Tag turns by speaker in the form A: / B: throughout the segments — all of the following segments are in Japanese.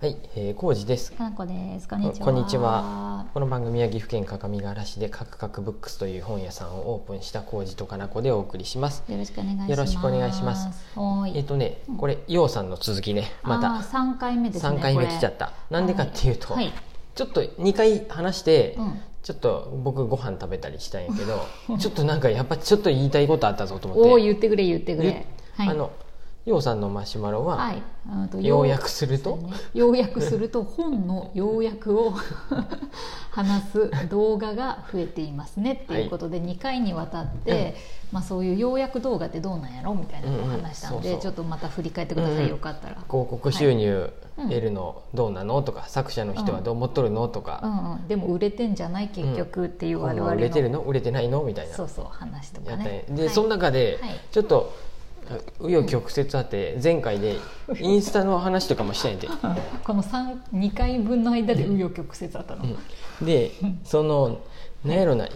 A: はい、えー、康二です。
B: かなこです。こんにちは。
A: こんにちはこの番組は岐阜県各務原市でカクカクブックスという本屋さんをオープンした康二とかなこでお送りします。
B: よろしくお願いします。
A: よろしくお願いします。
B: は
A: えっ、
B: い。
A: とね
B: うん、
A: これようさんの続きね、ま
B: あー
A: た
B: 三回目ですね。
A: 三回目
B: これ
A: 来ちゃった。なんでかっていうと、
B: はい。はい
A: ちょっと二回話して、
B: うん。
A: ちょっと僕ご飯食べたりしたんやけど、ちょっとなんかやっぱちょっと言いたいことあったぞと思って。
B: おお言ってくれ言ってくれ
A: ゆ。あのようさんのマシュマロは、
B: はい。あと
A: 要約すると
B: そうね要約すると本の要約を 話す動画が増えていますねっていうことで2回にわたって、まあ、そういう要約動画ってどうなんやろみたいなのを話したので、
A: うんうんそうそう
B: ちょっとまた振り返ってください、
A: うんうん
B: よかったら。
A: 広告収入
B: はいうん
A: 得るのどうなのとか、作者の人はどう思っとるのとか。
B: うんうん、でも売れてんじゃない結局っていう我
A: 本
B: 々
A: は
B: の
A: 売れてるの売れてないのみたいな
B: そうそう話と
A: やった
B: か
A: ん
B: ね
A: やで、その中で
B: はい
A: ちょっと紆余曲折あって前回でインスタの話とかもしたんやて、
B: はい この三二回分の間で紆余曲折あったの、
A: うんでそのなんやろな、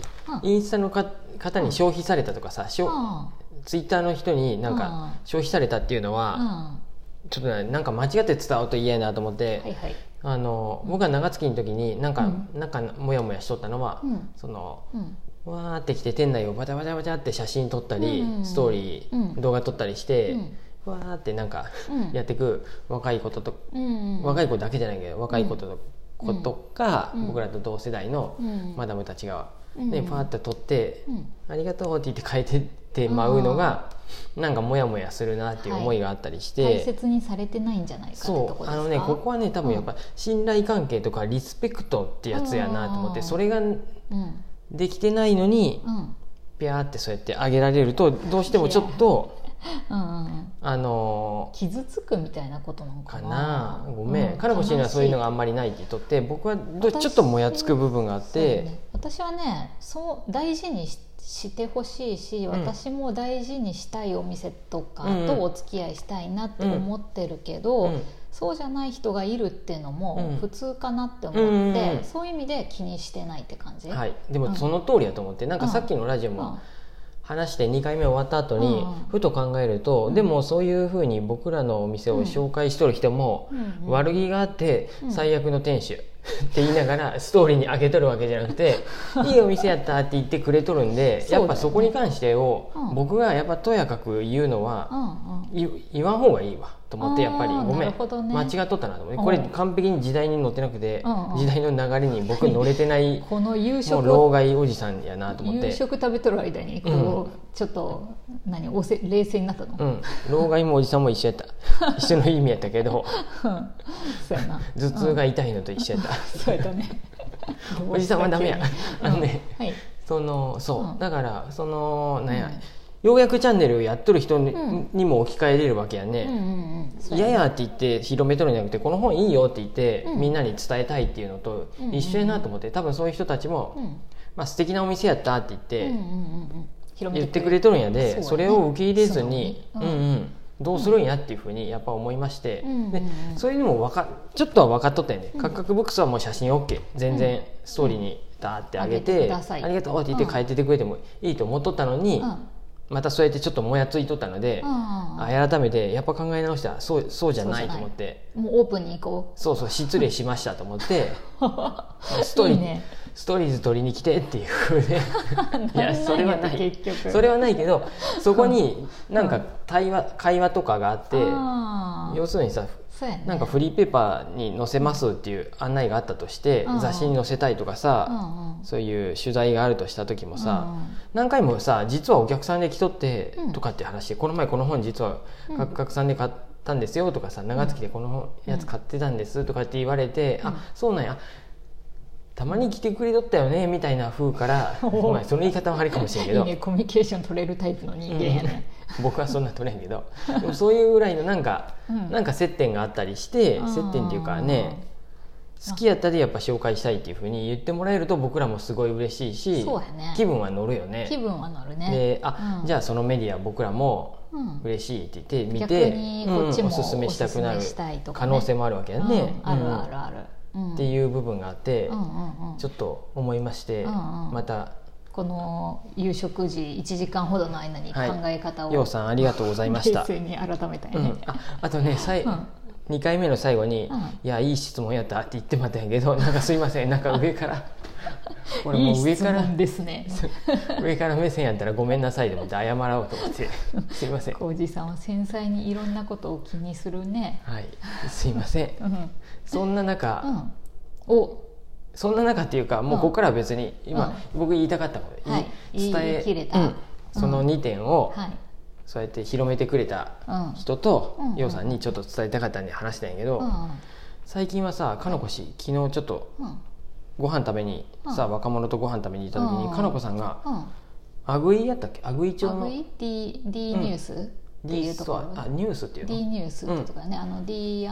B: うん
A: インスタのか方に消費されたとかさ、しょ
B: あ
A: ツイッターの人になんか
B: う
A: 消費されたっていうの
B: あ
A: は、
B: あ
A: ちょっとななんか間違って伝わると嫌やなと思って、
B: あはいはい
A: あの僕が長月の時になんか、なんかモヤモヤしとったのは、
B: うん
A: その
B: うん
A: わーって来て店内をバタバタバタって写真撮ったり、
B: うん
A: ストーリー、
B: うん
A: 動画撮ったりして、
B: うん
A: わーってなんか、
B: うん
A: やってく若い子とと、
B: うん
A: 若い子だけじゃないけど若い子と,、子とか、
B: うん
A: 僕らと同世代の
B: うん
A: マダムたちが、
B: うん
A: ね、パーって撮って、
B: うん
A: ありがとう」って言って帰ってって舞うのが、なんかモヤモヤするなっていう思いがあったりして。
B: 大切にされてないんじゃないかってと
A: そ
B: こ
A: う
B: ですか
A: あのねここはね多分やっぱ信頼関係とかリスペクトってやつやなと思って
B: うん
A: それが
B: うん
A: できてないのに
B: うんうん
A: ピャーってそうやって上げられるとどうしてもちょっと
B: うんうん
A: あの
B: 傷つくみたいなことなの
A: ー
B: か
A: か
B: な
A: なごめん、かなこしにはそういうのがあんまりないって言っとって僕はど
B: 私
A: ちょっともやつく部分があっ
B: そうだ
A: て、
B: ね私はねそう大事にししてほしいし、
A: ん
B: 私も大事にしたいお店とか
A: うんうん
B: とお付き合いしたいなって思ってるけど、
A: うん
B: そうじゃない人がいるっていうの
A: うん
B: も普通かなって思って、
A: うんうんうん
B: そういう意味で気にしてないって感じ。、
A: はいい、でもその通りやと思ってなんかさっきのラジオ
B: うん
A: も話して2回目終わった後に
B: うん
A: ふと考えると、
B: うん
A: でもそういうふうに僕らのお店を紹介しとる人も、
B: うん
A: 悪気があって
B: うん
A: 最悪の店主 って言いながらストーリーに上げとるわけじゃなく ていいお店やったって言ってくれとるんで、
B: そうだ
A: や
B: よね
A: っぱそこに関してを
B: うん
A: 僕がやっぱとやかく言うの
B: う
A: は、
B: んうん
A: い言わん方がいいわと思ってやっぱり
B: あー
A: ごめ、
B: なんるほどね
A: 間違っとったなと思って
B: うん
A: これ完璧に時代に乗ってなくて、
B: うんうん
A: 時代の流れに僕乗れてない
B: この 夕
A: もう
B: 食
A: 老
B: を
A: 害おじさんやなと思って
B: 夕。食食べとる間にこう、ちょっと何おせ冷静になったの、
A: う
B: うん、
A: ん、老害もおじさんも一緒やった 一緒の意味やったけど
B: そうやな
A: 頭痛が痛いのと一 緒やった、
B: そうやったね
A: おじさんはダメやあのね
B: はい
A: そのそう、
B: うん
A: だからそのなんや、
B: うん
A: ようやくチャンネルやっとる人に,、
B: うん
A: にも置き換えれるわけや
B: うん
A: ね、
B: うんうんそう
A: いややって言って広めとるんじゃなくてこの本いいよって言って、
B: うん
A: みんなに伝えたいっていうのと
B: うん
A: 一緒やなと思って多分そういう人たちも、
B: うん
A: まあ素敵なお店やったって言って、
B: うんうんうんうん広め
A: 言ってく
B: れ
A: れとるんやでそ,、
B: そうやね
A: れを受け入れずに
B: 素
A: う
B: 直
A: ん
B: に
A: う
B: うん
A: んどうするんやっていうふうにやっぱ思いまして、
B: うんうん
A: で
B: うん
A: そういうのもわかちょっとは分かっとったよね「カクカクボックス」はもう写真 OK 全然ストーリーにダーってあげて「
B: 上げてください
A: ありがとう」って言って
B: うん
A: 変えててくれてもいいと思っとったのに、
B: うんうん
A: またそうやってちょっともやついとったので、あ改めてやっぱ考え直したそうそうじゃないと思って
B: もうオープンに行こ
A: そうそう失礼しましたと思って
B: う
A: ストーリー
B: いいね
A: ストーリーズ撮りに来てっていうふう でいやそれはない
B: 結局
A: それはないけどそこになんか対話会話とかがあって
B: あー
A: 要するにさ
B: そうやね
A: なんかフリーペーパーに載せますっていう案内があったとして
B: うん
A: 雑誌に載せたいとか
B: うん
A: さ
B: うん
A: そういう取材があるとした時も
B: う
A: さ
B: んうん
A: 何回もさ実はお客さんで来とって
B: うん
A: とかって話でこの前この本実は
B: うん
A: カクカクさんで買ったんですよとかさ長月でこのやつ買ってたんですとかって言われて
B: うん
A: あそうなんやたまに来てくれとったよねみたいな風から
B: おー
A: ごめんその言い方はありかもしれんけ
B: いい
A: ど
B: ねコミュニケーション取れるタイプの人間やね
A: 僕はそんな取れんけどでもそういうぐらいのなんか、
B: うん
A: なんか接点があったりして
B: うん
A: 接点っていうかね好きやったでやっぱ紹介したいっていうふうに言ってもらえると僕らもすごい嬉しいし、
B: そうやね
A: 気分は乗るよね
B: 気分は乗るね
A: であ、
B: うん
A: じゃあそのメディア僕らも
B: うん
A: 嬉しいって言って見て
B: 逆にこっちも
A: おすすめしたくなる
B: おすすめしたいとか
A: 可
B: ね
A: 能性もあるわけだね、
B: うんあるあ
A: う
B: る
A: ん
B: あるうん
A: っていう部分があって、
B: うんうんうん
A: ちょっと思いまして、
B: うんうん
A: また
B: この夕食時1時間ほどの間に考え方を、
A: ようさんありがとうございました
B: 冷静に改めたいね、
A: うん、ああとねさい、
B: うん
A: 2回目の最後に「
B: うん
A: いやいい質問やった」って言ってまったんやけどなんかすいませんなんか上からこれ
B: い
A: も
B: いう
A: 上
B: 質
A: から
B: 問ですね
A: 上から目線やったら「ごめんなさい」でもって謝ろうと思って「すいません」
B: 浩二さんは繊細にいろんなことを気にするね
A: はい「すいません
B: うん、うん」
A: そんな中、
B: お
A: そんな中っていうかもうここからは別に今、僕言いたかったこと、
B: はい
A: 伝
B: 言
A: え
B: い切れた
A: うんその2点を
B: はい
A: そうやって広めてくれた
B: うん
A: 人と
B: うん
A: 洋、うさんにちょっと伝えたかったんで話したんやけど、
B: う
A: 最近はさかのこ氏昨日ちょっと
B: んうん
A: ご飯食べに、
B: うん
A: さ若者とご飯食べに行った時に、
B: うん
A: かのこさんが
B: うん
A: あぐいやったっけあぐい町
B: ア
A: の
B: グイ D, D ニュース、っていうとこ
A: そうあ
B: ろ
A: ニュースっていう
B: D
A: の
B: ニュースってところね、あの D&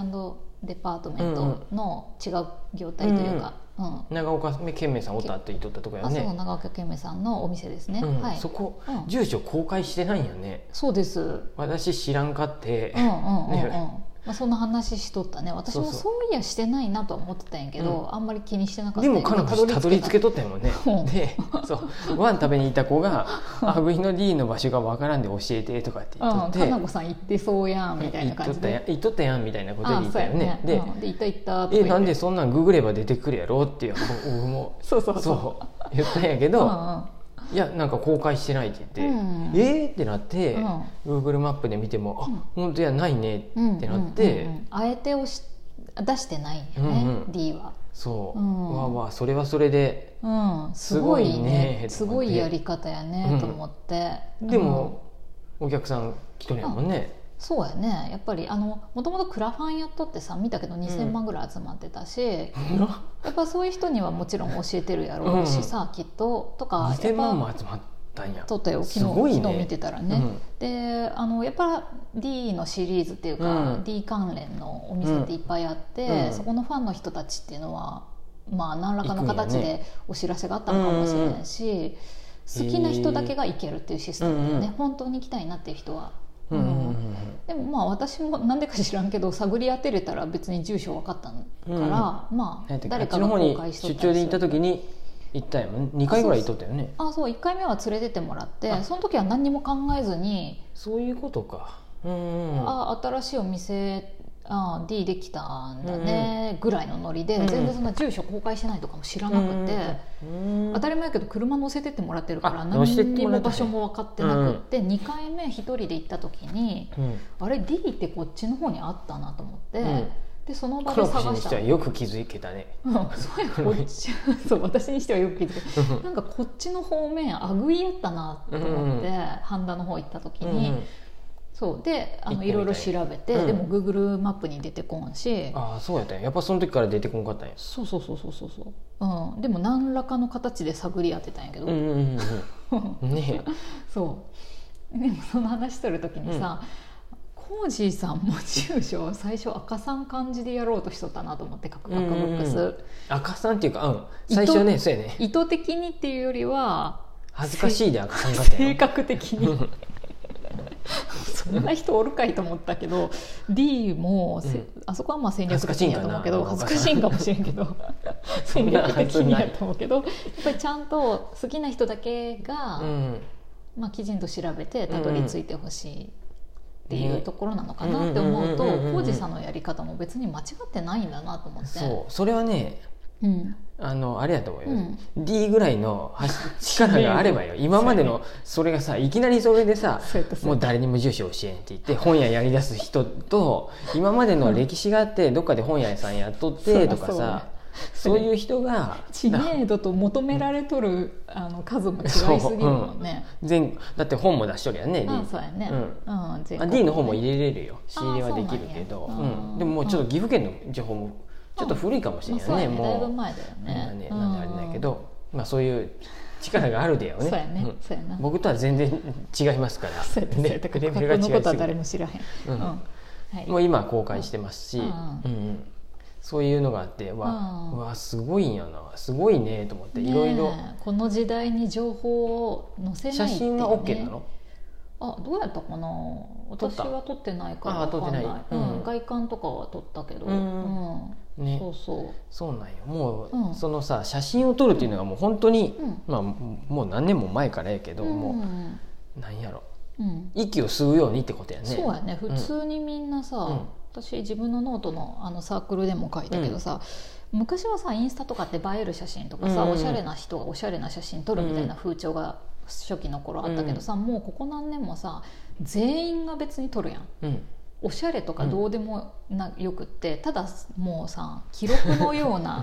B: デパートメントの違う業態というか、うん
A: 長岡健明さんおったって言っとったとこや
B: あそう
A: ね
B: 長岡健明さんのお店ですね、
A: うん
B: はい
A: そこ、
B: うん
A: 住所公開してないんやね
B: そうですうんうん
A: 私知らんかって、
B: うんうん、
A: ね
B: まあ、そんな話しとったね私も
A: そうそう
B: そういやしてないなとは思ってたんやけど、あんまり気にしてなかった
A: でも彼女たどり着けとったんやもんね
B: うん
A: でそうご飯食べに行った子が「あぐいの D の場所がわからんで教えて」とかって
B: う
A: 言
B: ん
A: っとっ
B: か
A: て
B: なこさん行ってそうやんみたい
A: 言
B: な
A: っと
B: 感
A: っ
B: じ
A: たやん
B: で
A: 言っとったやんみたいなことで
B: あ
A: 言っ
B: そ
A: た
B: う
A: よ
B: やね
A: ねで
B: うんで行った行ったとか言
A: え
B: って
A: なんでそんなんググれば出てくるやろっていう僕も
B: そうそうそう
A: そう言ったんやけ
B: うんう
A: ど
B: ん
A: いやなんか公開してないって言
B: うん
A: ってえーってなって
B: うん
A: Google マップで見ても
B: うん
A: あ本当やないね
B: うん
A: ってなって
B: うんうんうんあえてをし出してないよね、
A: うんうん
B: D は、
A: そう
B: うん
A: わあわあそれはそれで
B: うん、すごいね
A: す
B: す
A: ご
B: ご
A: いね
B: いやり方やね、
A: うん
B: と思って
A: で
B: うん
A: もお客さん来とるやもんね
B: そうやねやっぱりあのもともとクラファンやっとってさ見たけど2,000万ぐらい集まってたし、やっぱそういう人にはもちろん教えてるやろうしさ、きっととかやっ
A: 2000万
B: ぱ
A: も集まったんや
B: 撮ったよ昨
A: すごい
B: 日,、
A: ね
B: 昨日見てたらね、
A: うん
B: であのやっぱ D のシリーズっていうか、
A: うん
B: D 関連のお店っていっぱいあって、
A: うん
B: そこのファンの人たちっていうのはまあ何らかの
A: 行くんや
B: 形
A: ね
B: でお知らせがあったのかもしれないし、好きな人だけが行けるっていうシステムだよね、
A: うんうん
B: 本当に行きたいなっていう人は。
A: うんうんうんうん
B: でもまあ私も何でか知らんけど探り当てれたら別に住所分かったか
A: う
B: ら、
A: ん
B: ま
A: 何や
B: あ
A: ったっけあ
B: 誰
A: っち
B: か
A: の
B: が
A: 方
B: 公
A: に
B: 開しと
A: 出
B: った
A: 張
B: り
A: です行
B: る
A: った時に行ったんやもん2回ぐらい行っとったよね
B: あそう1回目は連れてってもらってその時は何にも考えずに、
A: そういうことか。うんうん。
B: あ新しいお店あ D できたんだねぐらいのノリで、
A: うん
B: 全然そんな住所公開してないとかも知らなくて、
A: うん
B: 当たり前やけど車乗せてってもらってるから
A: あ
B: 何
A: 乗せてって
B: に
A: もらっ
B: も
A: た
B: 場
A: ね
B: 所も分かってなくって、2回目1人で行った時に
A: うん。
B: あれ D ってこっちの方にあったなと思って、
A: うん
B: でその場
A: カ
B: で
A: ロプシ
B: 探
A: に
B: し
A: したて
B: の
A: はよく気づけた ね。
B: うん、そうやこっちそう私にしてはよく聞いてるなんかこっちの方面あぐいやったなと思って、
A: うん
B: 半田の方行った時
A: う
B: に、
A: ん。
B: そうであ
A: 行ってみ
B: の
A: たい
B: いろいろ調べて、
A: うん
B: でも Google マップに出てこんし
A: ああ、そうやったんややっぱその時から出てこんかったんや。
B: そうそうそうそうそうそう、うん、でも何らかの形で探り当てたんやけど、
A: うんうんうんうん。ね
B: そうでもその話する時にさ、コージーさんも住所を最初赤さん漢字でやろうとしとったなと思ってカクカクブック
A: う
B: ス、
A: んうんうんえ。赤さんっていうか、うん。
B: 伊
A: 最
B: 藤
A: 初ね、そうやね。
B: 意図的にっていうよりは
A: 恥ずかしいで赤さんがったん
B: 性
A: や。
B: 格的に そんな人おるかいと思ったけど D もせ、
A: うん
B: あそこはまあ戦略的にやと思うけど恥
A: 恥
B: ず
A: ず
B: か
A: か
B: し
A: し
B: い
A: い
B: ん
A: ん
B: かもしれんけど 戦略的にやと思うけどやっぱりちゃんと好きな人だけが、
A: うん。
B: まあ、きちんと調べてたどり着いてほしい。っていうところなのかなって
A: うん
B: 思うと
A: うんうんうんうんうん
B: 浩二さんのやり方も別に間違ってないんだなと思って
A: そう。それはね、
B: うん、
A: あの、あれやと思うよ。
B: うん
A: D ぐらいの発 力があれ ばよ。今までの、それがさ、いきなりそれでさ、
B: そうやったそう
A: も
B: や
A: う
B: った
A: 誰にも住所教えんって言って本屋やりだす人と今までの歴史があってどっかで本屋さんやっとってとか
B: そうだ
A: さそういう人が
B: 知名度と求められとるあの数 も違いすぎるもんね。
A: 全だって本も出しとるやんね D
B: あそうやね。うん、全
A: あ
B: 国
A: D の方も入れれるよ仕入れはできるけ
B: あ
A: ど
B: そうなんや
A: うん
B: うん
A: でももうちょっと岐阜県の情報もちょっと古いかもしれ
B: まあ、
A: ないよ
B: そう
A: ね
B: やねだいぶ
A: も
B: 前だよ
A: う今
B: ね
A: ね。なんであれなんやけどまあそういう力があるでよ
B: うん。
A: ね
B: そうやね
A: う。ん
B: そうやな。
A: 僕とは全然違いますから
B: そうやね。そうや
A: ね
B: ね。
A: レベルが
B: 格好
A: 違い
B: の
A: す
B: ことは
A: ぎる
B: 誰も知らへん。
A: うん
B: うん。は
A: も
B: い。
A: う今公開してますし、
B: う
A: うんんうんそういうのがあってわ,、
B: うん
A: わすごいんやなすごいねと思って
B: ねえ
A: いろいろ
B: この時代に情報を載せな
A: 写
B: いってい
A: 真
B: うね
A: は OK なの、
B: あどうやったかな
A: 撮っ
B: 私
A: た
B: は撮ってないから
A: あ
B: わかんない
A: 撮って
B: う
A: ないうん
B: ん、外観とかは撮ったけど、
A: うん
B: うん
A: ね
B: そ、うそ
A: そうなんよもう、
B: うん
A: そのさ写真を撮るっていうのがもう本当に、
B: うん
A: まあもう何年も前からやけ
B: う
A: ど、
B: うん
A: もうなんやろ
B: うん
A: 息を吸うようにってことやね
B: そうやね普通にみんなさ、
A: うん
B: 私自分のノートのあのサークルでも書いたけどさ、昔はさインスタとかって映える写真とかさ、
A: うんうん
B: おしゃれな人がおしゃれな写真撮るみたいな風潮が初期の頃あったけどさ、もうここ何年もさ全員が別に撮るやん。
A: うん
B: おしゃれとかどうでもな、よくってただもうさ記録のよ うな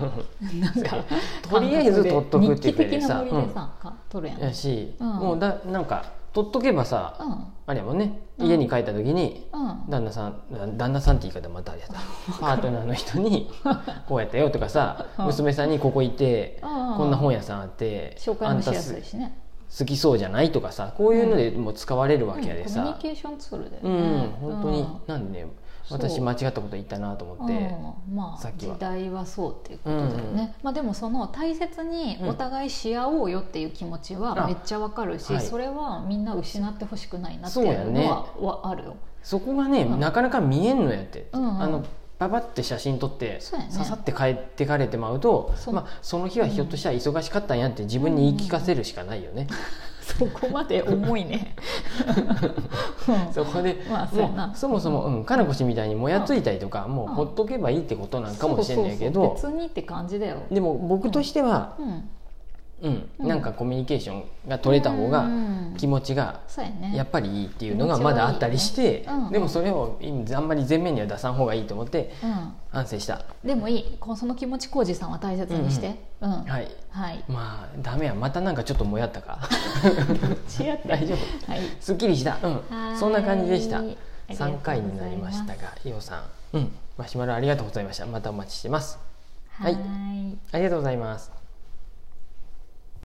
B: なんか
A: とりあえず
B: 感覚で
A: 撮っとくってい
B: 日
A: う
B: 記
A: より
B: 的な
A: さ
B: ノリでさ、か撮るやん、う
A: やし、
B: うん
A: もうだなんか取っとけばさ、
B: ん
A: あれやもんね
B: うん
A: 家に帰った時に
B: うん、
A: 旦那さんだ旦那さんって言い方またあれやったパートナーの人に 「こうやったよ」とかさ
B: うん
A: 娘さんに「ここ行ってこ
B: こ
A: んな本屋さんあって
B: 紹
A: あ
B: 介
A: ん
B: もしたや
A: す
B: すいしね
A: 好きそうじゃない?」とかさこういうのでもう使われるわけやで
B: うんコミ
A: さ
B: ュニケーションツールで、
A: うん、本当に、なんでね
B: そう
A: 私間違ったこと言ったなと思
B: う
A: っ
B: ん
A: て。
B: うんま
A: さ
B: あ
A: っき
B: 時
A: は
B: 代はそうっていうことだよね、
A: うんうん
B: まあ、でもその大切にお互いし合おうよっていう気持ちは
A: あ
B: めっちゃわかるし、
A: はい
B: それはみんな失ってほしくないなってい
A: そうや
B: う
A: ね
B: のははあ るよ
A: そこがね、
B: うん
A: なかなか見えんのやって、
B: うんうん
A: あのパパって写真撮って、
B: そうやね
A: ささって帰ってかれてまうと
B: そう
A: まあ、その日はひょっとしたら忙しかったんやって自分に言い聞かせるしかないよね、
B: そこまで重いね。 うん
A: そこで、
B: まあそうやな
A: もうそもそも、うん、かなこ氏みたいにもやついたりとか、もう
B: うん
A: ほっとけばいいってことなんかもしれないけ
B: そう
A: ど、
B: そうそう別にって感じだよ。
A: でも僕としては、
B: うん、
A: うん
B: うん
A: なんかコミュニケーションが取れた方が
B: うん
A: 気持ちが
B: そうやね。
A: やっぱりいいっていうのがまだあったりして、
B: 気持ちはいいよねうん
A: でもそれを今あんまり前面には出さん方がいいと思って
B: うん、
A: 反省した。
B: でもいい。こうその気持ち浩二さんは大切にして。うん、うん
A: はい
B: はい。
A: まあダメやまたなんかちょっともやった か大丈夫
B: はい。
A: すっきりした
B: は
A: う
B: ー
A: ん
B: い
A: そんな感じでした
B: ありがとうございます
A: 3回になりましたがイオさんうんマシュマロありがとうございましたまたお待ちしてますはい
B: はーい
A: ありがとうございます